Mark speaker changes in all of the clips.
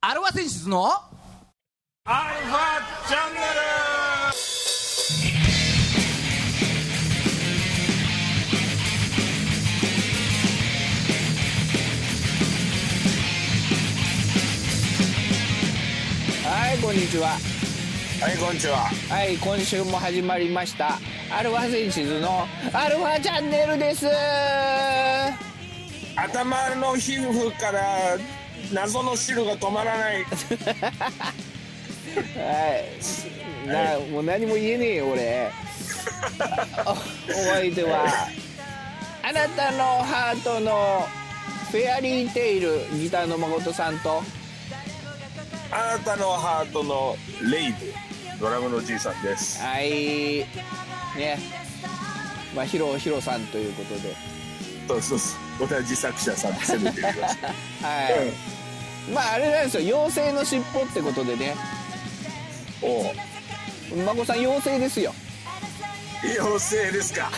Speaker 1: アルファ選出の
Speaker 2: アルファチャンネル
Speaker 3: はいこんにちは
Speaker 2: はいこんにちは
Speaker 3: はい今週も始まりましたアルファセンシズのアルファチャンネルですは
Speaker 2: 頭の皮膚から謎の汁が止まらない
Speaker 3: いなもう何も言えねえよ 俺おお相手はあなたのハートのフェアリーテイルギターの誠さんと
Speaker 2: あなたのハートのレイブドラムのじいさんです
Speaker 3: はいねまあヒロヒロさんということで
Speaker 2: そうそうそう同じ作者さんせめてみました、
Speaker 3: はい、まああれなんですよ妖精の尻尾ってことでね
Speaker 2: うん、おう
Speaker 3: 孫さん妖精ですよ
Speaker 2: 妖精ですか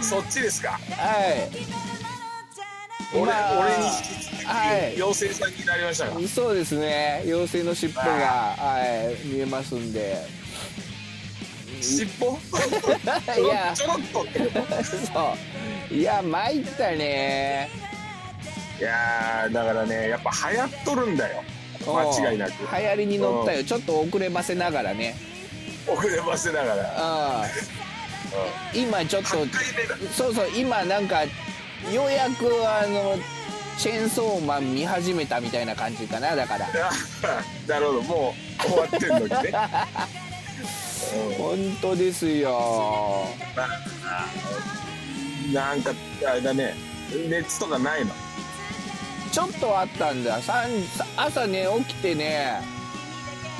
Speaker 2: そっちですか
Speaker 3: はい
Speaker 2: 俺,、
Speaker 3: まあ
Speaker 2: 俺に引き続き、
Speaker 3: はい
Speaker 2: 妖精さんになりましたが
Speaker 3: そうですね妖精の尻尾が、はい、見えますんで
Speaker 2: 尻尾
Speaker 3: いや
Speaker 2: ちょろっとってこと
Speaker 3: そういや参ったね
Speaker 2: いやーだからねやっぱ流行っとるんだよ間違いなく
Speaker 3: 流行りに乗ったよちょっと遅ればせながらね
Speaker 2: 遅ればせながら
Speaker 3: うん今ちょっと
Speaker 2: 8回目だ
Speaker 3: そうそう今なんかようやくあのチェーンソーマン見始めたみたいな感じかなだから
Speaker 2: あ なるほどもう終わってんのにね、
Speaker 3: 本当ですよ
Speaker 2: うん、なんかあれだね熱とかないの
Speaker 3: ちょっとあったんださん朝ね起きてね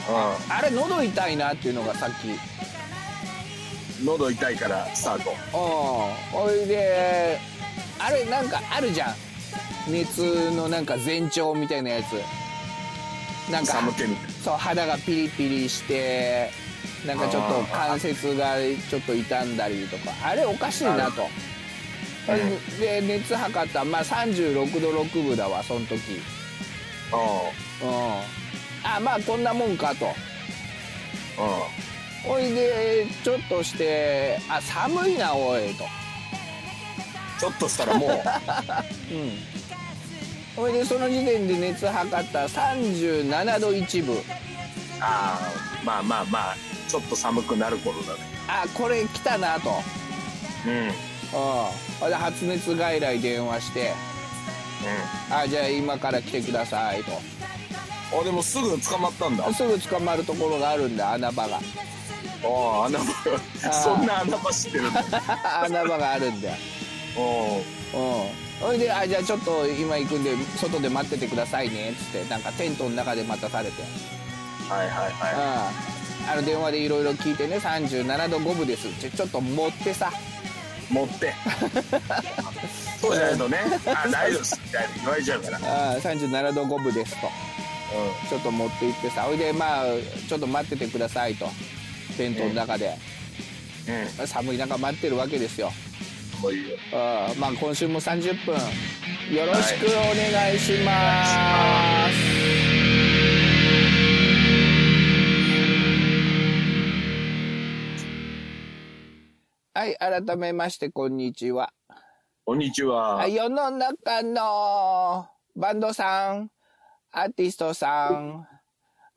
Speaker 2: う
Speaker 3: あれ喉痛いなっていうのがさっき
Speaker 2: ん喉痛いからスタート
Speaker 3: うんほいであれなんかあるじゃん熱のなんか前兆みたいなやつなんか
Speaker 2: 寒気み
Speaker 3: そう肌がピリピリしてなんかちょっと関節がちょっと傷んだりとかあれおかしいなと
Speaker 2: うん
Speaker 3: で熱測ったまあ36度6分だわその時
Speaker 2: たい
Speaker 3: うん
Speaker 2: な
Speaker 3: あまあこんなもんかと
Speaker 2: うんうん
Speaker 3: ほいでちょっとしてあ寒いなおいと
Speaker 2: ちょっとしたら もう
Speaker 3: うんほいでその時点で熱測った37度1分
Speaker 2: あーまあまあまあちょっと寒くなる頃だ
Speaker 3: あこれ来たなと
Speaker 2: ね
Speaker 3: うんほいで発熱外来電話してあじゃあ今から来てくださいと
Speaker 2: うんうんあでもすぐ捕まったん だ
Speaker 3: すぐ捕まるところがあるんだ穴場が
Speaker 2: ああ穴場
Speaker 3: ー
Speaker 2: そんな穴場知ってるんだ
Speaker 3: 穴場があるんだよ
Speaker 2: お
Speaker 3: うんほいであじゃあちょっと今行くんで外で待っててくださいねっつってなんかテントの中で待たされて
Speaker 2: はいはいはい
Speaker 3: うんあの電話でいろいろ聞いてね37度5分ですちょちょっと持ってさ
Speaker 2: 持ってそうじゃないとねあ大丈夫ですみたいに言われちゃうからうん
Speaker 3: あ37度5分ですとちょっと持って行ってさほいでまあちょっと待っててくださいとテントの中で、
Speaker 2: うん
Speaker 3: 寒い中待ってるわけですよ、
Speaker 2: もういいよ
Speaker 3: うんまあ、今週も30分よろしくお願いします、はい、改めましてこんにちは
Speaker 2: こんにちは、
Speaker 3: あ世の中のバンドさん、アーティストさん、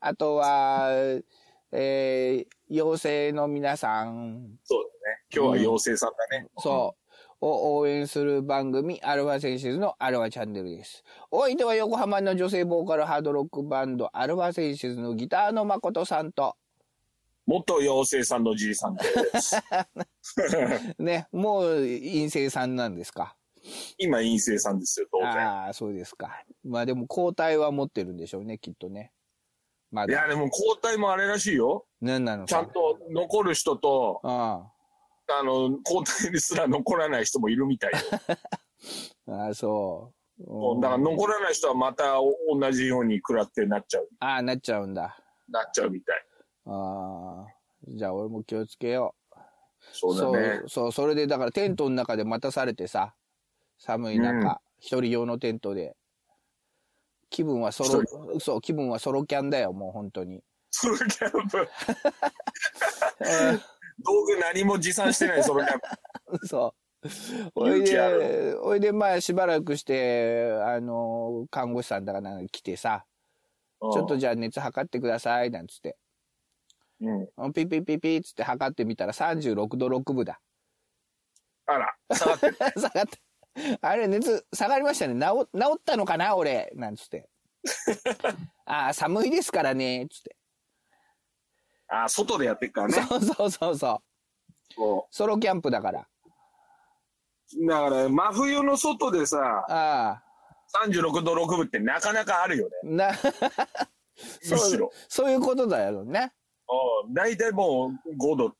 Speaker 3: あとは、えー、妖精の皆さん、
Speaker 2: そうだね今日は妖精さんだね、
Speaker 3: そう、を応援する番組、アルファセンシズのアルファチャンネルです。お相手は横浜の女性ボーカルハードロックバンド、アルファセンシズのギターの誠さんと、
Speaker 2: 元妖精さんのじいさん です。
Speaker 3: ね、もう陰性さんなんですか。
Speaker 2: 今、陰性さんですよ、当然。
Speaker 3: ああ、そうですか。まあでも交代は持ってるんでしょうね、きっとね。ま
Speaker 2: いや、
Speaker 3: だ。
Speaker 2: でも交代もあれらしいよ。
Speaker 3: 何なの
Speaker 2: ちゃ
Speaker 3: か
Speaker 2: んと残る人と、
Speaker 3: あ
Speaker 2: あの、交代ですら残らない人もいるみたいよ。
Speaker 3: あ、ああそう。うん
Speaker 2: だから残らない人はまたお同じように食らってなっちゃう、
Speaker 3: ああ、なっちゃうんだ。
Speaker 2: なっちゃうみたい。
Speaker 3: ああ、じゃあ俺も気をつけよう。
Speaker 2: そうだね
Speaker 3: そう、。そう、それでだからテントの中で待たされてさ、寒い中、
Speaker 2: うん
Speaker 3: 一人用のテントで、気分はソロ、そう、気分はソロキャンだよ、もう本当に。
Speaker 2: ソロキャンプ。道具何も持参してないソロキャンプ。
Speaker 3: そう。おい
Speaker 2: 勇気あ
Speaker 3: で、おいで、まあ、しばらくして、あの、看護師さんだからなんか来てさ、ちょっとじゃあ熱測ってください、なんつって。
Speaker 2: うん。
Speaker 3: うんピッピッピッピッつって測ってみたら36度6分だ。
Speaker 2: あら、下がってる。
Speaker 3: 下がった。あれ、熱下がりましたね。治治ったのかな俺。なんつ って。ああ、寒いですからね。つって。
Speaker 2: あ、外でやってっからね。
Speaker 3: そうそうそうそう。
Speaker 2: そ
Speaker 3: ソロキャンプだから。
Speaker 2: う。だから、真冬の外でさ、
Speaker 3: ああ。
Speaker 2: 36度6分ってなかなかあるよね。
Speaker 3: な、
Speaker 2: むし
Speaker 3: そう
Speaker 2: ろ。、
Speaker 3: そういうことだよね。
Speaker 2: うん。大体もう5度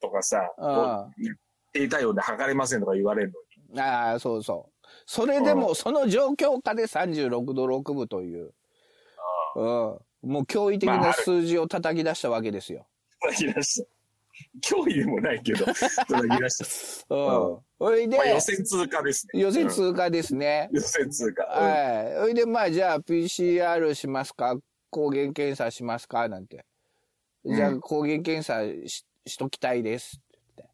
Speaker 2: とかさ、
Speaker 3: うん
Speaker 2: こう低体温で測れませんとか言われるのに。
Speaker 3: ああ、そうそう。それでも、その状況下で36度6分という、うん、もう驚異的
Speaker 2: まあ
Speaker 3: な
Speaker 2: ある
Speaker 3: 数字を叩き出したわけですよ。
Speaker 2: 叩き出した。脅威でもない けど、叩き出した。
Speaker 3: うん。それで
Speaker 2: まあ、予選通過ですね。
Speaker 3: 予選
Speaker 2: 過。
Speaker 3: 通過ですね。
Speaker 2: 予選通過。うん
Speaker 3: はい。それで、まあ、じゃあ PCR しますか抗原検査しますかなんて。じゃあ
Speaker 2: う
Speaker 3: 抗原検査ししときたいですって言っ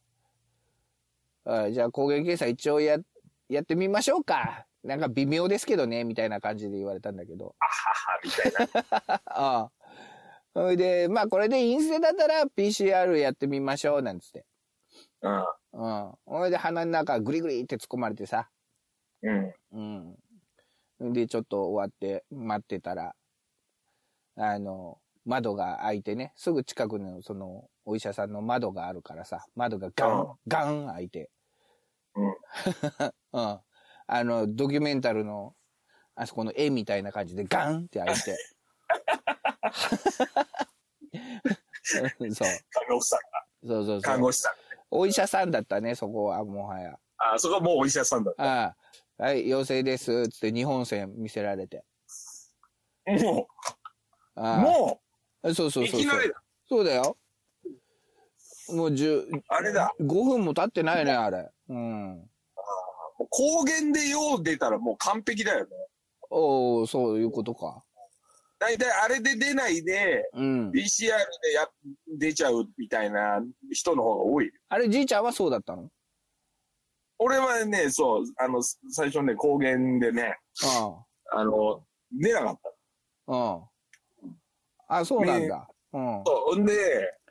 Speaker 3: て。はいじゃあ抗原検査一応や、やってみましょうか。なんか微妙ですけどね、みたいな感じで言われたんだけど。
Speaker 2: 母みたいな。
Speaker 3: ああ。それで、まあこれで陰性だったら PCR やってみましょう、なんつって。
Speaker 2: うん
Speaker 3: うん。それで鼻の中グリグリって突っ込まれてさ。
Speaker 2: うん。
Speaker 3: うん。で、ちょっと終わって待ってたら、あの、窓が開いてね、すぐ近くのその、お医者さんの窓があるからさ、窓がガン、
Speaker 2: うん
Speaker 3: ガン開いて。
Speaker 2: う
Speaker 3: う
Speaker 2: ん
Speaker 3: ん。あの、ドキュメンタルの、あそこの絵みたいな感じでガンって開い て。そう。
Speaker 2: 看護婦さん
Speaker 3: そうそうそ
Speaker 2: が。看
Speaker 3: う。
Speaker 2: 護師さん。
Speaker 3: お医者さんだったね、そこは、もはや。
Speaker 2: あ、そこはもうお医者さんだ。
Speaker 3: ああ、はい、陽性です。つって日本線見せられて。
Speaker 2: もう、
Speaker 3: ああ
Speaker 2: も、
Speaker 3: そうそうう
Speaker 2: い
Speaker 3: そう
Speaker 2: きな
Speaker 3: そう。
Speaker 2: りだ。
Speaker 3: そうだよ。もう10、
Speaker 2: あれだ。
Speaker 3: 5分も経ってないね、あれ。うん。
Speaker 2: もう抗原でよう出たらもう完璧だよね。
Speaker 3: おおそういうことか。
Speaker 2: 大体あれで出ないで、
Speaker 3: うん。
Speaker 2: PCR でや出ちゃうみたいな人の方が多い。
Speaker 3: あれ、じいちゃんはそうだったの
Speaker 2: 俺はね、そう、あの、最初ね、抗原でね、
Speaker 3: あ
Speaker 2: あの、出なかった。
Speaker 3: あ、うん。あ、そうなんだ。うん。
Speaker 2: そう、んで、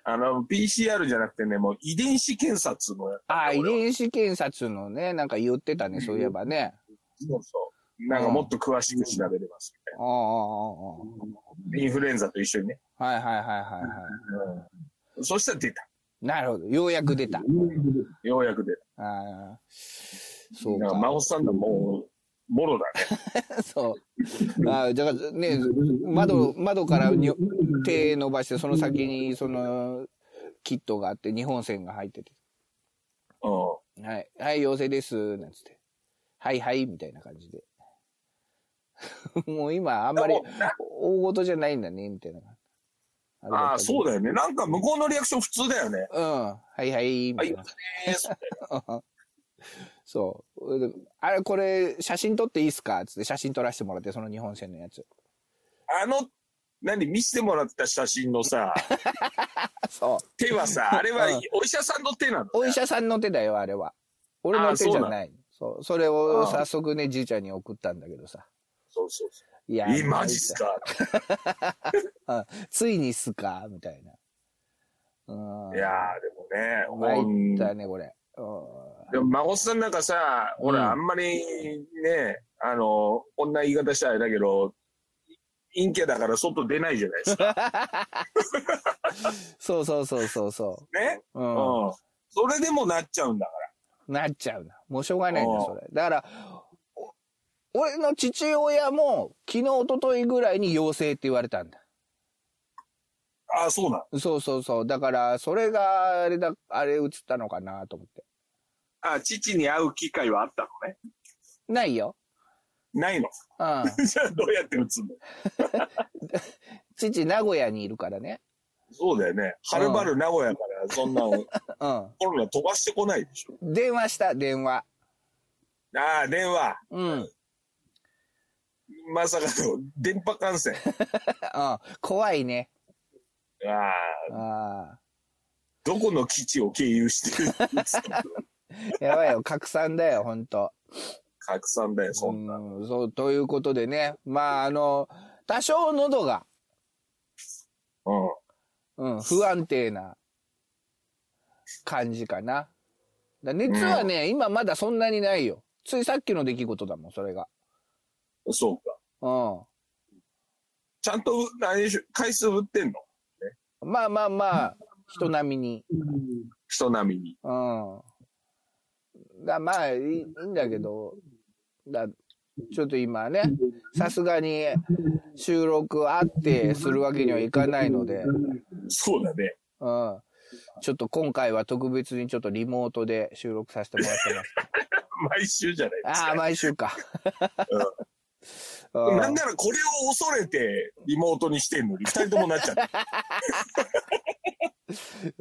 Speaker 2: あの、PCR じゃなくてね、もう遺伝子検査っつうのやった
Speaker 3: ああ、遺
Speaker 2: 俺は
Speaker 3: 伝子検査っつうのね、なんか言ってたね、そういえばね。
Speaker 2: そうそう。なんかもっと詳しく調べれますみたい
Speaker 3: ああ、ああ、あ
Speaker 2: な。インフルエンザと一緒にね。
Speaker 3: あ。はいはいはいはいは
Speaker 2: うんそしたら出た。
Speaker 3: い。なるほど。ようやく出た。
Speaker 2: ようやく出た。
Speaker 3: ああ。そう
Speaker 2: だ
Speaker 3: か。
Speaker 2: から孫さんがもう、もろだ ね。
Speaker 3: そう。ああ、だからね、窓、窓からに手伸ばして、その先に、その、キットがあって、日本線が入ってて。
Speaker 2: うん。
Speaker 3: はい、はい、陽性です、なんつって。はい、はい、みたいな感じで。 もう今、あんまり
Speaker 2: でもな
Speaker 3: 大事じゃないんだね、みたいな。
Speaker 2: ああ、そう
Speaker 3: だ
Speaker 2: だよね。なんか向こうのリアクション普通だよね。
Speaker 3: ったけど。うん、はい、はい、みたいな。
Speaker 2: えー そ
Speaker 3: そう。であれ、これ、写真撮っていいっすかつって写真撮らせてもらって、その日本線のやつ。
Speaker 2: あの、何、見せてもらった写真 のさ、
Speaker 3: そう。
Speaker 2: 手はさ、あれは
Speaker 3: うん
Speaker 2: お医者さんの手なの。
Speaker 3: お医者さんの手だよ、あれは。俺の手じゃない。そう。それを早速ね、じいちゃんに送ったんだけどさ。
Speaker 2: そうそうそ
Speaker 3: いや
Speaker 2: う。え、マジっすか
Speaker 3: ついにっすかみたいな。うん。
Speaker 2: いやー、でもね、
Speaker 3: 参っ
Speaker 2: ほん
Speaker 3: たね、これ。うん
Speaker 2: でも孫さんなんかさ、ほ
Speaker 3: うん
Speaker 2: ら、あんまりね、あの、こんな言い方したらあれだけど、陰キャだから外出ないじゃな いですか。
Speaker 3: そうそうそうそうそ
Speaker 2: ね。
Speaker 3: う。
Speaker 2: う。
Speaker 3: うん
Speaker 2: それでもなっちゃうんだか
Speaker 3: ん。なっちゃうな。もうしょうがないん
Speaker 2: う
Speaker 3: だ、
Speaker 2: ん
Speaker 3: それ。だから、お俺の父親も、昨日、一昨日ぐらいに陽性って言われたんだ。
Speaker 2: ら。ああ、そうなの。
Speaker 3: そうそうそう。だから、それが、あれだ、あれ映ったのかなと思って。
Speaker 2: ああ、父に会う機会はあったのね。
Speaker 3: ないよ。
Speaker 2: ないの。
Speaker 3: うん。
Speaker 2: じゃあどうやって打つの
Speaker 3: 父、名古屋にいるからね。
Speaker 2: そうだよね。はるばる名古屋からそん なの
Speaker 3: う
Speaker 2: コロナ飛ばしてこないでしょ。
Speaker 3: ん。電話した、電話。
Speaker 2: ああ、電話。
Speaker 3: うん。
Speaker 2: まさかの電波感 染。
Speaker 3: うん、怖いね。
Speaker 2: ああ、
Speaker 3: あ
Speaker 2: どこの基地を経由してる
Speaker 3: あ。やばいよ、 拡散だよ、ほんと。
Speaker 2: 拡散だよ、そんな。
Speaker 3: うん、そう、ということでね。まあ、あの、多少喉が、
Speaker 2: うん。
Speaker 3: うん、不安定な感じかな。だ熱はね、今まだそんなにないよ。ついさっきの出来事だもん、それが。
Speaker 2: そうか。
Speaker 3: う
Speaker 2: ちゃんと、あれでしょ、回数打ってんの
Speaker 3: ん。まあまあまあ、人並みに。
Speaker 2: 人並みに。
Speaker 3: うん。だまあいい、いいんだけど、だちょっと今ね、さすがに収録あってするわけにはいかないので、
Speaker 2: そうだね。
Speaker 3: うん。ちょっと今回は特別にちょっとリモートで収録させてもらってます。
Speaker 2: 毎週じゃない です
Speaker 3: ああ、毎週か。
Speaker 2: か。
Speaker 3: う
Speaker 2: なんならこれを恐れて、リモートにしてんのに、二人ともなっち ゃった。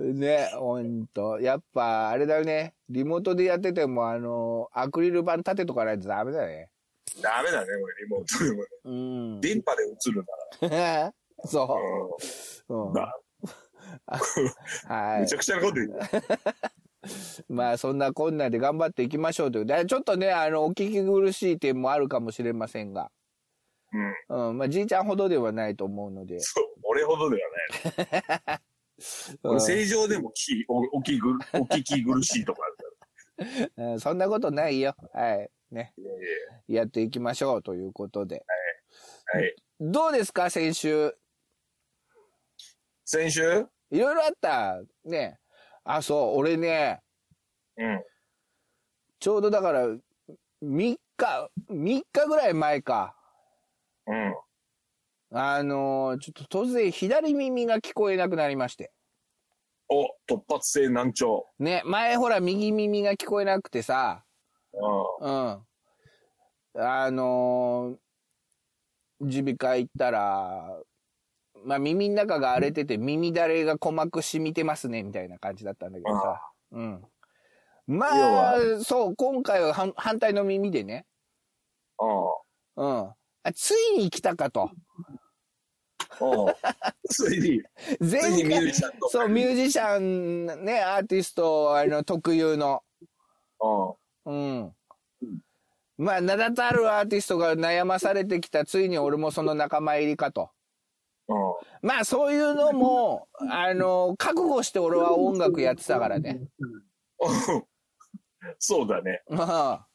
Speaker 3: ね、ほんと。やっぱ、あれだよね。リモートでやってても、あの、アクリル板立てとかないとダメだね。
Speaker 2: ダメだね、これ、リモートでも。
Speaker 3: うん。
Speaker 2: 電波で映るな
Speaker 3: そ
Speaker 2: ら。うん
Speaker 3: う。うん、
Speaker 2: な
Speaker 3: は
Speaker 2: めちゃくちゃなこと言う。
Speaker 3: い。まあ、そんなこんなで頑張っていきましょうという。でちょっとね、あの、お聞き苦しい点もあるかもしれませんが。うん。まあ、じいちゃんほどではないと思うので。
Speaker 2: そう、俺ほどではない。
Speaker 3: う
Speaker 2: 俺
Speaker 3: ん
Speaker 2: 正常でもきおお聞 きぐお聞き苦しいとかあるか
Speaker 3: うんそんなことないよ。はい。ね。
Speaker 2: ら。いやいや
Speaker 3: やっていきましょうということで。
Speaker 2: はい。
Speaker 3: どうですか、先週。
Speaker 2: 先週うん。
Speaker 3: いろいろあった。ね。あ、そう。俺ね、ちょうどだから、3日、3日ぐらい前か。
Speaker 2: うん。
Speaker 3: あのーちょっと突然左耳が聞こえなくなりまして。
Speaker 2: お、突発性難聴。
Speaker 3: ね、前ほら右耳が聞こえなくてさ、
Speaker 2: う
Speaker 3: うん。あのー耳鼻科行ったら、まあ耳の中が荒れてて耳だれが鼓膜染みてますね、みたいな感じだったんだけどさ。うん。まあ、そう、今回は反反対の耳でね。
Speaker 2: ん。
Speaker 3: うん。あついに来たかと。
Speaker 2: うん。 うん。ついに、つい
Speaker 3: 前
Speaker 2: にミュージ
Speaker 3: 回、
Speaker 2: シャンと。
Speaker 3: そう、ミュージシャン、ね、アーティスト、あの、特有の。うん。まあ、名だたるアーティストが悩まされてきた、ついに俺もその仲間入りかと。
Speaker 2: うん。うん。
Speaker 3: まあ、そういうのも、あの、覚悟して俺は音楽やってたからね。
Speaker 2: うんそうだね。
Speaker 3: うんま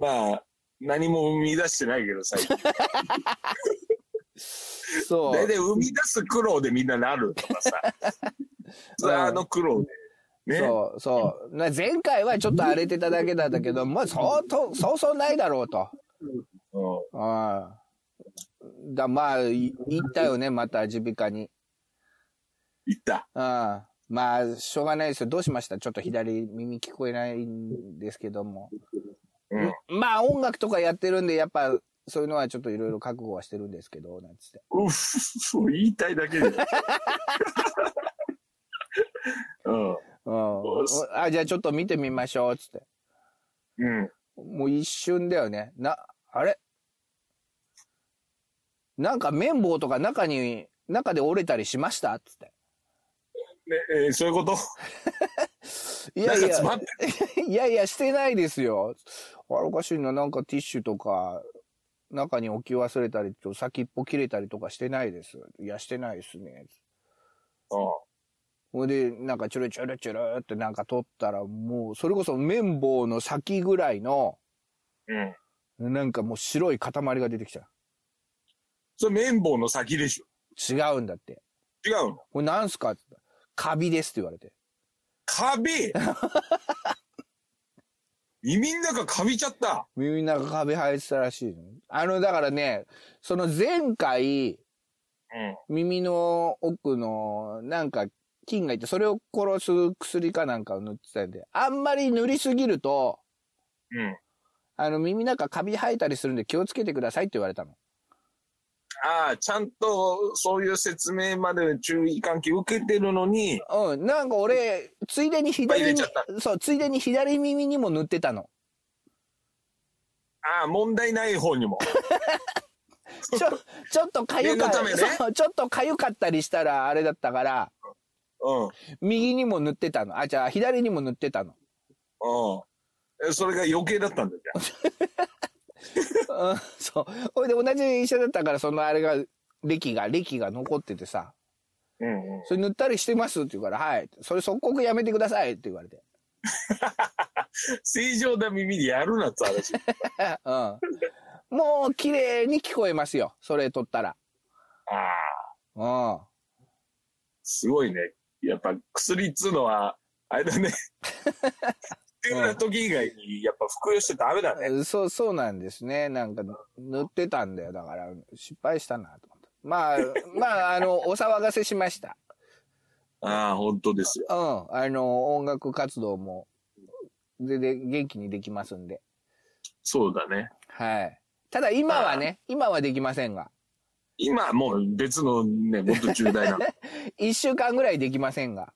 Speaker 2: まあ、何も生み出してないけど、最近。
Speaker 3: そ
Speaker 2: 大
Speaker 3: う。
Speaker 2: 体生み出す苦労でみんななると かさ。
Speaker 3: うん
Speaker 2: それはあの苦労で。ね。
Speaker 3: そう、そう。な前回はちょっと荒れてただけなんだけど、まあ、相当、そうそうないだろうと。
Speaker 2: うん。
Speaker 3: うん。だ、まあ、い行ったよね、また、耳鼻科に。
Speaker 2: 言った。
Speaker 3: うん。まあ、しょうがないですよ。どうしましたちょっと左耳聞こえないんですけども。
Speaker 2: うん。
Speaker 3: まあ、音楽とかやってるんで、やっぱ、そういうのはちょっといろいろ覚悟はしてるんですけど、なんつって。
Speaker 2: うっそう言いたい だけで。うん。
Speaker 3: うん。
Speaker 2: うっす
Speaker 3: あ、じゃあちょっと見てみましょう、つって。
Speaker 2: うん。
Speaker 3: もう一瞬だよね。な、あれなんか綿棒とか中に、中で折れたりしましたつって。
Speaker 2: ねえーそういうこと
Speaker 3: い
Speaker 2: な
Speaker 3: や
Speaker 2: ん
Speaker 3: い
Speaker 2: か
Speaker 3: や
Speaker 2: 詰、まって
Speaker 3: いやいや、してないですよ。あれおかしいな。なんかティッシュとか、中に置き忘れたりと、先っぽ切れたりとかしてないです。いや、してないですね。ほいで、なんかチュルチュルチュルってなんか取ったら、もう、それこそ綿棒の先ぐらいの、
Speaker 2: うん。うん。
Speaker 3: なんかもう白い塊が出てきちゃ
Speaker 2: それ綿棒の先でしょ。
Speaker 3: う。違うんだって。
Speaker 2: 違うの
Speaker 3: これなんすかって言ったらカビですって言われて。
Speaker 2: カ ビ耳の中カビちゃった。
Speaker 3: 耳の中カビ生えてたらしいの。あの、だからね、その前回、耳の奥のなんか菌がいて、それを殺す薬かなんかを塗ってたんで、あんまり塗りすぎると、
Speaker 2: うん。うん。
Speaker 3: あの耳の中カビ生えたりするんで気をつけてくださいって言われたの。
Speaker 2: ああ、ちゃんとそういう説明まで注意喚起受けてるのに、
Speaker 3: うん、なんか俺、ついでに
Speaker 2: いっぱい
Speaker 3: 左
Speaker 2: 入れ
Speaker 3: 耳
Speaker 2: ちゃっ、
Speaker 3: そう、ついでに左耳にも塗ってたの。
Speaker 2: ああ、問題ない 方にも。
Speaker 3: ち ょちょっとかゆか
Speaker 2: 念のためね
Speaker 3: そうちょっとかゆかったりしたらあれだったから
Speaker 2: うん。うん。
Speaker 3: 右にも塗ってたのあじゃあ左にも塗ってたの
Speaker 2: えそれが余計だったんだじ
Speaker 3: うんそうほいで同じ医者だったからそのあれが歴が歴が残っててさ
Speaker 2: ゃん。うんう
Speaker 3: 「
Speaker 2: ん
Speaker 3: それ塗ったりしてます?」って言うから「はい」それ即刻やめてくださいって言われて
Speaker 2: 正常な耳でやるなって話。
Speaker 3: うんもう綺麗に聞こえますよそれ取ったら
Speaker 2: ああ、
Speaker 3: うん
Speaker 2: すごいね。やっぱ薬っつうのは、あれ だね。必要な時以外に、やっぱ服用しちゃダメだね。
Speaker 3: そう、そうなんですね。なんか、塗ってたんだよ。だから、失敗したなと思って。ま あ、まあ、あの、お騒がせしました。
Speaker 2: ああ、本当ですよ。
Speaker 3: うん。あの、音楽活動も、で、で、元気にできますんで。
Speaker 2: そうだね。
Speaker 3: はい。ただ、今はね、今はできませんが。
Speaker 2: 今はもう別のね、もっと重 大な。
Speaker 3: 一週間ぐらいできませんが。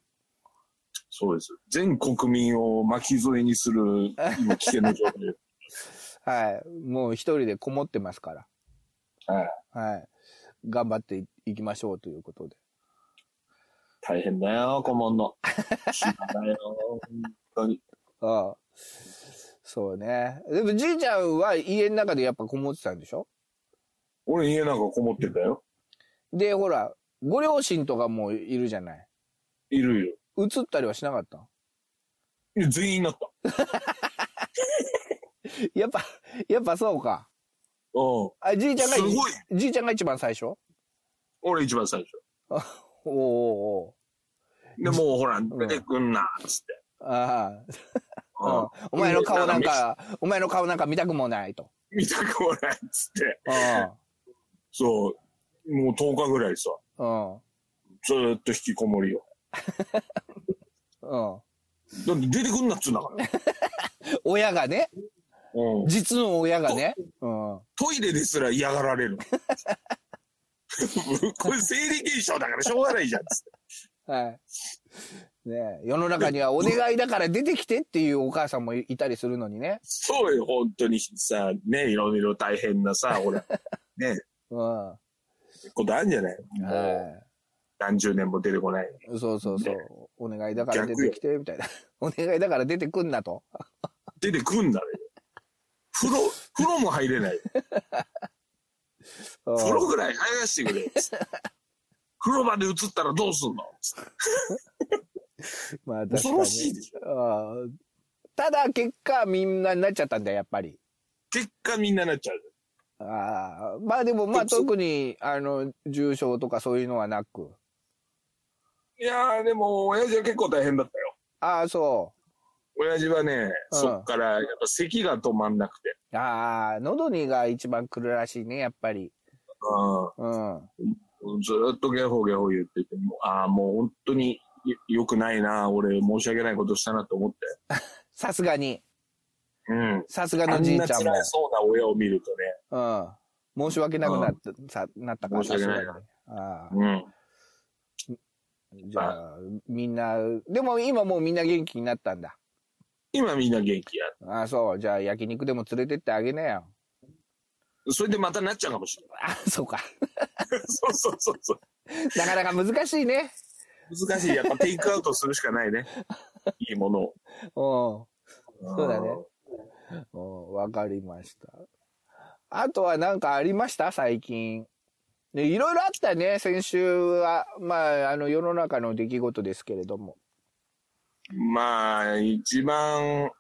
Speaker 2: そうです。全国民を巻き添えにする、今危険な状態。
Speaker 3: はい。もう一人でこもってますから。
Speaker 2: はい。
Speaker 3: はい。頑張っていいきましょうということで。
Speaker 2: 大変だよ、顧問の。暇だよ、本当に。
Speaker 3: うん。そうね。でも、じいちゃんは家の中でやっぱこもってたんでしょ
Speaker 2: 俺家なんかこもってたよ。
Speaker 3: で、ほら、ご両親とかもいるじゃない。
Speaker 2: いるよ。
Speaker 3: 移ったりはしなかった
Speaker 2: いや全員なった。
Speaker 3: やっぱ、やっぱそうか。
Speaker 2: うん。
Speaker 3: あ、じいちゃんが、
Speaker 2: すごい
Speaker 3: じいちゃんが一番最初お
Speaker 2: 俺一番最初。
Speaker 3: うおう
Speaker 2: で、もうほら、出てくんな、つって。
Speaker 3: おうああ、
Speaker 2: うん
Speaker 3: うんお前の顔なんか、お前の顔なんか見たくもないと。
Speaker 2: 見たくもない、つって。
Speaker 3: う
Speaker 2: そう。もう10日ぐらいさ、
Speaker 3: ん。うん。
Speaker 2: ずーっと引きこもりよ。
Speaker 3: うん。
Speaker 2: だって出てくんなっつうんだから。
Speaker 3: 親がね、
Speaker 2: うん。
Speaker 3: 実の親がね。うん。
Speaker 2: トイレですら嫌がられる。 これ生理現象だからしょうがないじゃん、つって。
Speaker 3: はい。ねえ世の中にはお願いだから出てきてっていうお母さんもいたりするのにね。
Speaker 2: そうよ、本当にさ、ね、いろいろ大変なさ、ほら、ね、
Speaker 3: うん。は
Speaker 2: ことあるんじゃないもう
Speaker 3: い。
Speaker 2: 何十年も出てこない。
Speaker 3: そうそうそう
Speaker 2: ね。
Speaker 3: お願いだから出てきて、みたいな。 お願いだから出てくんなと。
Speaker 2: 出てくんだね。風呂、風呂も入れない。
Speaker 3: うん
Speaker 2: 風呂ぐらい入らせてくれ。つって風呂まで移ったらどうすんのつって
Speaker 3: まあ確か
Speaker 2: 恐
Speaker 3: に
Speaker 2: ろしいでしょ。
Speaker 3: あーただ結果みんなになっちゃったんだよ、やっぱり。
Speaker 2: 結果みんななっちゃう。
Speaker 3: あーまあでもまあ
Speaker 2: そう
Speaker 3: 特に、あの、重症とかそういうのはなく。
Speaker 2: いやー、でも、親父は結構大変だったよ。
Speaker 3: ああ、そ
Speaker 2: 親父はね、
Speaker 3: うん
Speaker 2: そっから、やっぱ咳が止まんなくて。
Speaker 3: う。ああ、喉にが一番来るらしいね、やっぱり。うん。うん。
Speaker 2: うん。ずーっとゲホゲホ言ってて、もうああ、もう本当によ良くないな。俺、申し訳ないことしたなと思って。
Speaker 3: さすがに。
Speaker 2: うん。
Speaker 3: さすが
Speaker 2: あ
Speaker 3: のじ
Speaker 2: ん
Speaker 3: い
Speaker 2: な
Speaker 3: ちゃ
Speaker 2: 辛
Speaker 3: んも。
Speaker 2: そうな親を見ると
Speaker 3: うん。申し訳なくなった、さなったから
Speaker 2: 申し訳な
Speaker 3: さす
Speaker 2: いな
Speaker 3: がにああ。
Speaker 2: ね。うん。
Speaker 3: じゃあ、みんな、でも今もうみんな元気になったんだ。
Speaker 2: 今みんな元気や。
Speaker 3: ああ、そう。じゃあ焼肉でも連れてってあげなよ。
Speaker 2: それでまたなっちゃうかもしれない。
Speaker 3: あそうか。
Speaker 2: そうそうそうそう。
Speaker 3: なかなか難しいね。
Speaker 2: 難しい。やっぱテイクアウトするしかないね。いいものを。
Speaker 3: うん
Speaker 2: そ
Speaker 3: そうだね。うん。わかりました。あとは何かありました最近。ね、いろいろあったね。先週は、まあ、あの、世の中の出来事ですけれども。
Speaker 2: まあ、一番、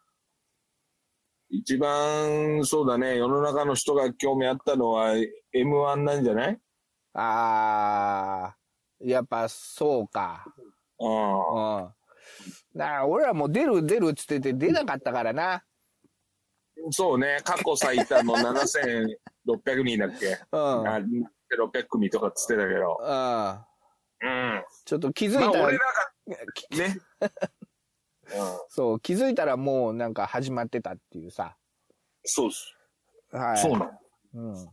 Speaker 2: 一番、そうだね、世の中の人が興味あったのは M1 なんじゃない
Speaker 3: あー、やっぱそうか。
Speaker 2: うん。
Speaker 3: うん。なあ、俺らもう出る出るっつってて出なかったからな。
Speaker 2: そうね、過去最多の7600人だっけ、
Speaker 3: うん。うん。
Speaker 2: あ600組とかっつってたけど。うん。
Speaker 3: ちょっと気づい
Speaker 2: まあ、
Speaker 3: たら、
Speaker 2: 俺らが、 ね。うん。
Speaker 3: そう、気づいたらもうなんか始まってたっていうさ。
Speaker 2: そうっす。
Speaker 3: はい。
Speaker 2: そうなの。
Speaker 3: うん。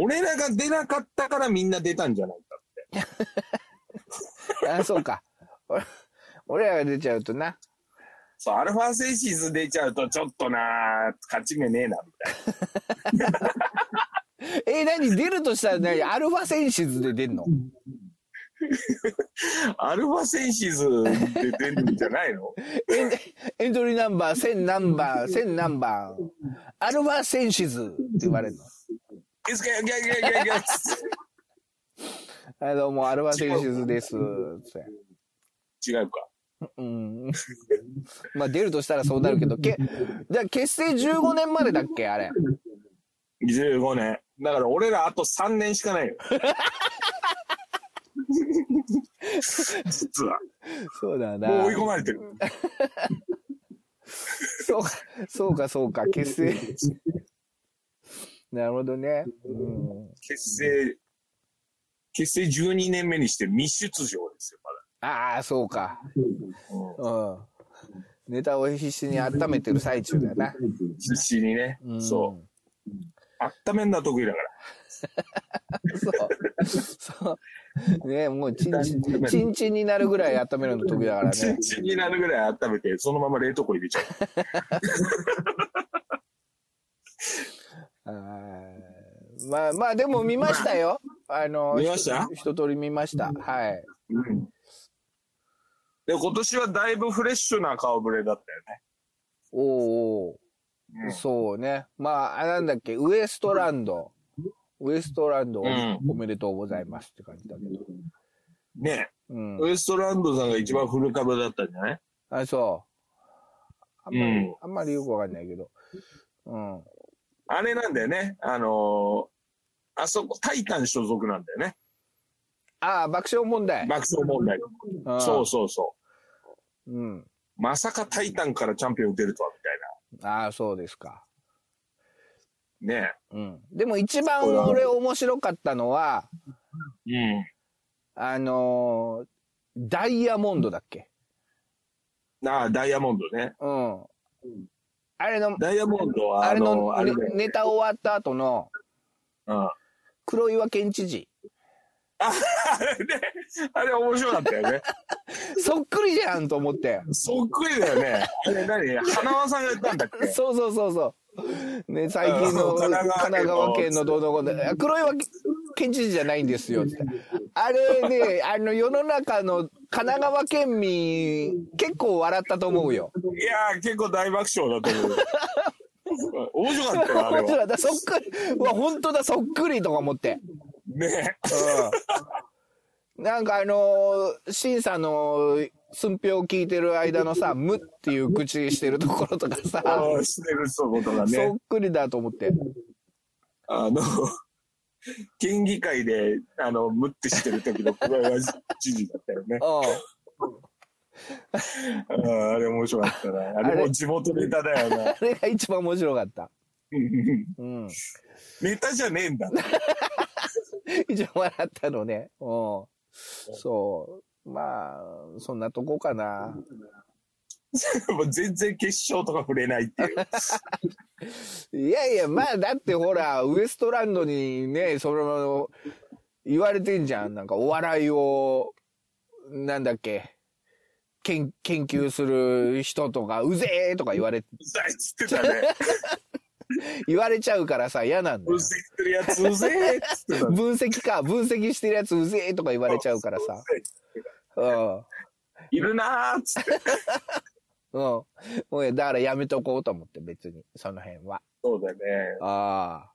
Speaker 2: 俺らが出なかったからみんな出たんじゃないか。
Speaker 3: あ、そうか。俺俺らが出ちゃうとな。
Speaker 2: そう、アルファセンシズ出ちゃうと、ちょっとな、勝ち目ねえな、みたいな。
Speaker 3: え、何出るとしたら何アルファセンシズで出んの
Speaker 2: アルファセンシズで出るんじゃないの
Speaker 3: エンエントリーナンバー、1000ナンバー、1000ナンバー、アルファセンシズって言われるの。
Speaker 2: いつかよ、ギャギャギャギャ。
Speaker 3: あどうも、アルファセンシズです。つって
Speaker 2: 違うか。
Speaker 3: うん。まあ出るとしたらそうなるけど、け、じゃあ結成15年までだっけあれ。
Speaker 2: 15年。だから俺らあと3年しかないよ。実は。
Speaker 3: そうだな
Speaker 2: もう追い込まれてる。
Speaker 3: そうか、そうか、そうか、結成。 なるほどね。うん、
Speaker 2: 結成、結成12年目にして未出場ですよ、
Speaker 3: ああ、そうか。
Speaker 2: まだ。
Speaker 3: うん。ネタを必死に温めてる最中だな。
Speaker 2: 必死にね。
Speaker 3: うん、
Speaker 2: そう。温めんのは得意だから。
Speaker 3: そう。そう。ねもうチンチン、チンチンになるぐらい温めるの得意だから
Speaker 2: チ
Speaker 3: ね
Speaker 2: ン。チンになるぐらい温めて、そのまま冷凍庫入れちゃう。
Speaker 3: あーまあまあ、でも見ましたよ。あの、
Speaker 2: 見ました
Speaker 3: 一通り見ました。はい。
Speaker 2: うん。で、今年はだいぶフレッシュな顔ぶれだったよ
Speaker 3: おうおう
Speaker 2: ね。
Speaker 3: そうね。まああ、なんだっけ、ウエストランド。ウエストランド
Speaker 2: うん
Speaker 3: おめでとうございますって感じだけど。
Speaker 2: ね
Speaker 3: うん。
Speaker 2: ウエストランドさんが一番古株だったんじゃない
Speaker 3: あ、そう。あんまり、
Speaker 2: うん
Speaker 3: あんまりよくわかんないけど。うん。
Speaker 2: あれなんだよね。あのーあそこ、タイタン所属なんだよね。
Speaker 3: ああ、爆笑問題。
Speaker 2: 爆笑問題。
Speaker 3: ん。
Speaker 2: そうそうそう
Speaker 3: うん。
Speaker 2: う。まさかタイタンからチャンピオン出るとは、
Speaker 3: ああ、そうですか。
Speaker 2: みたいな。ね
Speaker 3: うん。でも一番俺面白かったのは、
Speaker 2: うん。
Speaker 3: あのーダイヤモンドだっけ
Speaker 2: ああ、ダイヤモンドね。
Speaker 3: うん。あれの、
Speaker 2: ダイヤモンドは、
Speaker 3: あ
Speaker 2: あ
Speaker 3: れ
Speaker 2: の、
Speaker 3: の
Speaker 2: あれだ
Speaker 3: ね
Speaker 2: よ
Speaker 3: ネタ終わった後の
Speaker 2: うん。あ
Speaker 3: 黒岩県知事。
Speaker 2: れね、あれ面白かったよね。
Speaker 3: そっくりじゃんと思って。
Speaker 2: そっくりだよね。あれ何花輪さんが言ったんだっけ
Speaker 3: そうそうそうそう。ね、最近の
Speaker 2: うん
Speaker 3: 神奈川県のどうのこうの、
Speaker 2: うん
Speaker 3: 黒岩県知事じゃないんですよって。あれ ね、あの世の中の神奈川県民、結構笑ったと思うよ。
Speaker 2: いやー、結構大爆笑だと思う。面白かったよ、あれ
Speaker 3: 面白
Speaker 2: は。
Speaker 3: かった そっくり、うわ、本当だ、そっくりとか思って。
Speaker 2: ね
Speaker 3: うん。なんかあのー、審査の寸評を聞いてる間のさ、無っていう口してるところとかさ、
Speaker 2: ああ、してるそうことが
Speaker 3: そ
Speaker 2: ね
Speaker 3: っ。くりだと思って。
Speaker 2: あの、 県議会で、あの、ムッてしてる時の小林知事だったよね。
Speaker 3: うん。
Speaker 2: あああれ面白かったな。あ
Speaker 3: あ
Speaker 2: れ
Speaker 3: れ
Speaker 2: も地元ネタだよな。
Speaker 3: あれが一番面白かった。うん。
Speaker 2: ネタじゃねえんだ。
Speaker 3: 一番笑ったのね。うん。そう。まあ、そんなとこかな。
Speaker 2: もう全然決勝とか触れないっていう。
Speaker 3: いやいや、まあ、だってほ ら、ウエストランドにね、その、言われてんじゃん。なんか、お笑いを、なんだっけ、研研究する人とか、うぜーとか言われ、
Speaker 2: うざいっつってたね。
Speaker 3: 言われちゃうからさ、嫌なんだ
Speaker 2: う
Speaker 3: よ。
Speaker 2: ぜえってるやつ、うぜえっつってたね。
Speaker 3: 分析か、分析してるやつうぜーとか言われちゃうからさ。うん。
Speaker 2: いるなーっつって。
Speaker 3: うん。もうやだからやめとこうと思って、別に、その辺は。
Speaker 2: そうだね。
Speaker 3: あ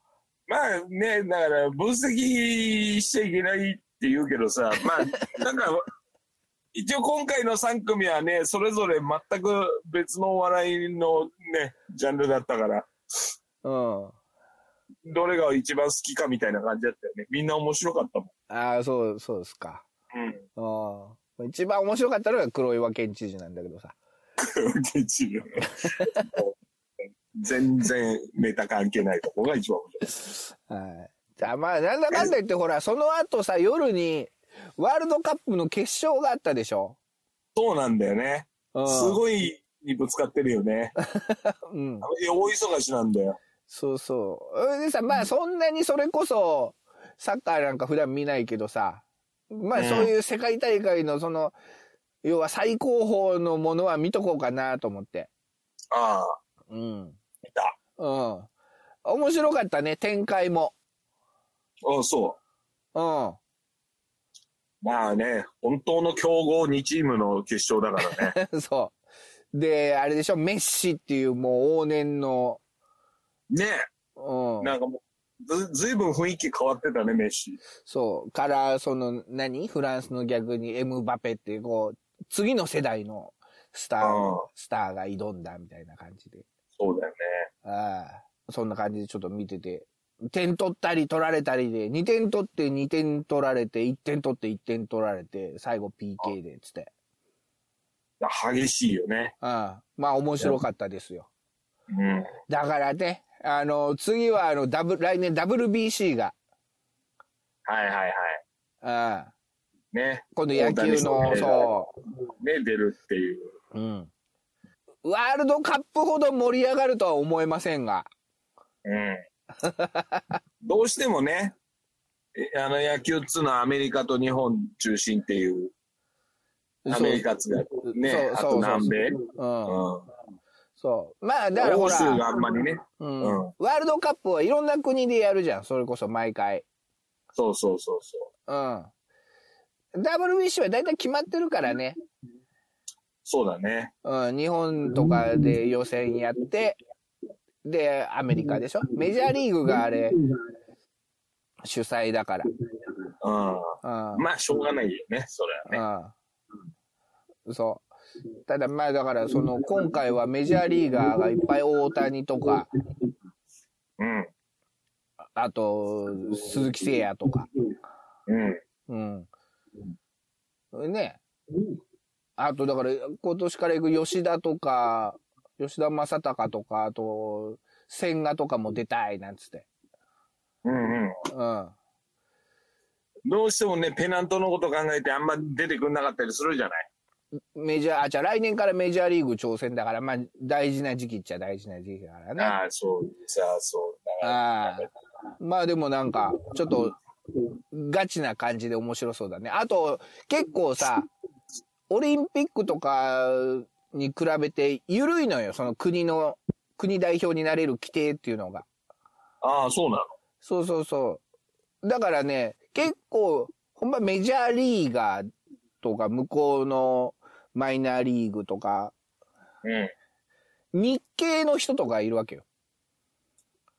Speaker 2: まあね、だから分析しちゃいけないって言うけどさ、まあ、なんか、一応今回の3組はね、それぞれ全く別のお笑いのね、ジャンルだったから、
Speaker 3: あ。うん。
Speaker 2: どれが一番好きかみたいな感じだったよね。みんな面白かったも
Speaker 3: ああ、そう、そうですか。
Speaker 2: ん。うん。
Speaker 3: うん。一番面白かったのが黒岩県知事なんだけどさ。
Speaker 2: 現地で全然ネタ関係ないとこが一番面白い。
Speaker 3: はい。じゃあまあ、なんだかんだ言って、ほら、その後さ、夜に、ワールドカップの決勝があったでしょ
Speaker 2: そうなんだよね。
Speaker 3: うん。
Speaker 2: すごいにぶつかってるよね。
Speaker 3: うん。
Speaker 2: いや大忙しなんだよ。
Speaker 3: そうそう。それでさ、まあ、そんなにそれこそ、サッカーなんか普段見ないけどさ、まあ、
Speaker 2: うん
Speaker 3: そういう世界大会のその、要は最高峰のものは見とこうかなと思って。
Speaker 2: ああ、
Speaker 3: うん。うん。
Speaker 2: 見た。
Speaker 3: 面白かったね、展開も。
Speaker 2: うん、そ
Speaker 3: うん。
Speaker 2: う。まあね、本当の強豪2チームの決勝だか らね。
Speaker 3: そう。で、あれでしょ、メッシっていうもう往年の、
Speaker 2: ね
Speaker 3: うん。
Speaker 2: なんかもう、ず、ずいぶん雰囲気変わってたね、メッシ。
Speaker 3: そう。から、その、何フランスの逆にエムバペっていう、こう、次の世代のスタ
Speaker 2: うん
Speaker 3: ー、スターが挑んだみたいな感じで。
Speaker 2: そうだよね。
Speaker 3: ああそんな感じでちょっと見てて。点取ったり取られたりで、2点取って2点取られて、1点取って1点取られて、最後 PK で、つって。
Speaker 2: いや激しいよね。
Speaker 3: ああまあ面白かったですよ。
Speaker 2: うん。
Speaker 3: だからね、あの、次はあの、ダブ、来年 WBC が、
Speaker 2: はいはいはい。
Speaker 3: ああ
Speaker 2: ね。
Speaker 3: 今度野球の、
Speaker 2: 大谷翔平が
Speaker 3: そ
Speaker 2: ね、出るっていう。
Speaker 3: う。うん。ワールドカップほど盛り上がるとは思えませんが。
Speaker 2: うん。どうしてもね、えあの野球っつうのはアメリカと日本中心っていう、アメリカつがね、あ
Speaker 3: そうそうそう
Speaker 2: と南米。
Speaker 3: うん。
Speaker 2: うん。
Speaker 3: そう。まあ、だからほ
Speaker 2: 欧
Speaker 3: ら。
Speaker 2: 州があんまりね。
Speaker 3: うん
Speaker 2: うん
Speaker 3: ワールドカップはいろんな国でやるじゃん、それこそ毎回。
Speaker 2: そうそうそうそう。
Speaker 3: うん。WBC は大体決まってるからね。
Speaker 2: そうだね。
Speaker 3: うん、日本とかで予選やって、で、アメリカでしょメジャーリーグがあれ、主催だから。
Speaker 2: うん。
Speaker 3: うん。
Speaker 2: まあ、しょうがないよね、それはね。
Speaker 3: うん。そう。ただまあだから、その、今回はメジャーリーガーがいっぱい大谷とか、
Speaker 2: うん。
Speaker 3: あと、鈴木誠也とか。
Speaker 2: うん。
Speaker 3: うん。ね。あと、だから、今年から行く吉田とか、吉田正尚とか、あと、千賀とかも出たい、なんつって。
Speaker 2: うんう
Speaker 3: う
Speaker 2: ん。
Speaker 3: ん。
Speaker 2: どうしてもね、ペナントのこと考えてあんま出てくんなかったりするじゃない。
Speaker 3: メジャー、あ、じゃあ来年からメジャーリーグ挑戦だから、まあ、大事な時期っちゃ大事な時期だからね。
Speaker 2: ああ、そう、さあ、そう。だから、
Speaker 3: ああ。まあでもなんか、ちょっと、ガチな感じで面白そうだね。あと、結構さ、オリンピックとかに比べて緩いのよ。その国の、国代表になれる規定っていうのが。
Speaker 2: ああ、そうなの。
Speaker 3: そうそうそう。だからね、結構、ほんまメジャーリーガーとか、向こうのマイナーリーグとか、
Speaker 2: うん。
Speaker 3: 日系の人とかいるわけよ。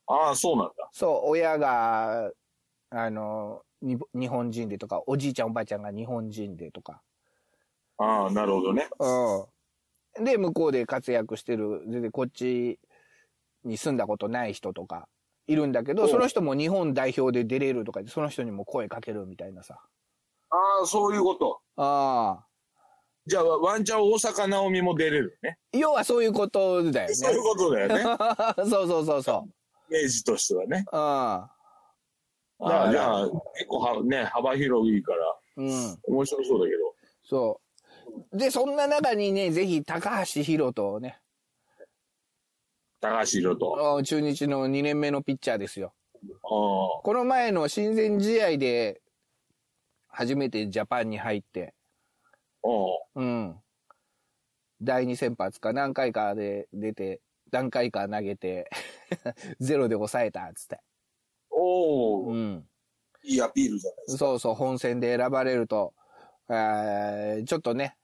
Speaker 2: ああ、そうなんだ。
Speaker 3: そう、親が、あの、に日本人でとか、おじいちゃんおばあちゃんが日本人でとか。
Speaker 2: ああ、なるほどね。
Speaker 3: うん。で、向こうで活躍してる、全然こっちに住んだことない人とか、いるんだけ
Speaker 2: お
Speaker 3: ど、
Speaker 2: う
Speaker 3: その人も日本代表で出れるとか言って、その人にも声かけるみたいなさ。
Speaker 2: ああ、そういうこと。
Speaker 3: ああ。
Speaker 2: じゃあ、ワンチャン大阪なおみも出れるね。
Speaker 3: 要はそういうことだよね。
Speaker 2: そういうことだよね。
Speaker 3: そうそうそうそ
Speaker 2: イメージとしてはね。
Speaker 3: う。あだから
Speaker 2: ああじゃあ、結構は、ね、幅広いから、
Speaker 3: うん。うん。
Speaker 2: 面白そうだけど。
Speaker 3: そう。で、そんな中にね、ぜひ高橋宏斗をね、
Speaker 2: 高橋宏と。
Speaker 3: あー中日の2年目のピッチャーですよ。
Speaker 2: あ
Speaker 3: この前の親善試合で、初めてジャパンに入って、
Speaker 2: あ、あ
Speaker 3: うん。第2先発か何回かで出て、何回か投げて、 ゼロで抑えた、つって。
Speaker 2: おお、
Speaker 3: うん。
Speaker 2: いいアピールじゃないですか。
Speaker 3: そうそう、本戦で選ばれると、えーちょっとね、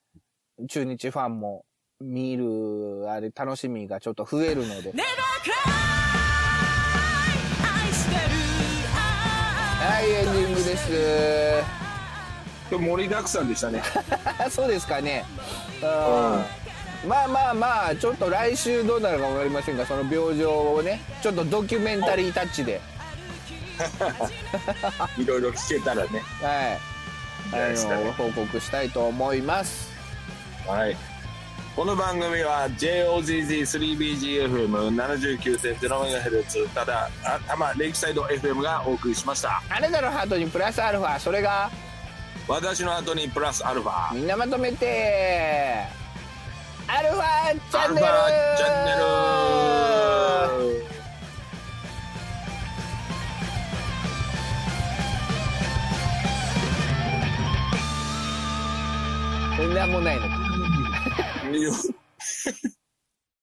Speaker 3: 中日ファンも見る、あれ、楽しみがちょっと増えるので。
Speaker 1: 愛してる
Speaker 3: はい、エンディングです。
Speaker 2: でも盛りだくさんでしたね。
Speaker 3: あそうですかね。
Speaker 2: うん。
Speaker 3: うん
Speaker 2: は
Speaker 3: まあまあまあちょっと来週どうなるか分かりませんがその病状をねちょっとドキュメンタリータッチで
Speaker 2: い。いろいろ聞けたらね。
Speaker 3: はい
Speaker 2: いいです
Speaker 3: あ
Speaker 2: ね
Speaker 3: の報告したいと思います
Speaker 2: はい。この番組は JOZZ3BGFM79.0MHz ただ、あ、たま、レイキサイド FM がお送りしました。
Speaker 3: あなたのハートにプラスアルファそれが
Speaker 2: 私の後にプラスアルファ。
Speaker 3: みんなまとめてアルファチ
Speaker 2: ア
Speaker 3: ャン
Speaker 2: ル
Speaker 3: ネ
Speaker 2: フ
Speaker 3: ル
Speaker 2: ァチャンネル
Speaker 3: そんなもんないのか
Speaker 2: 言う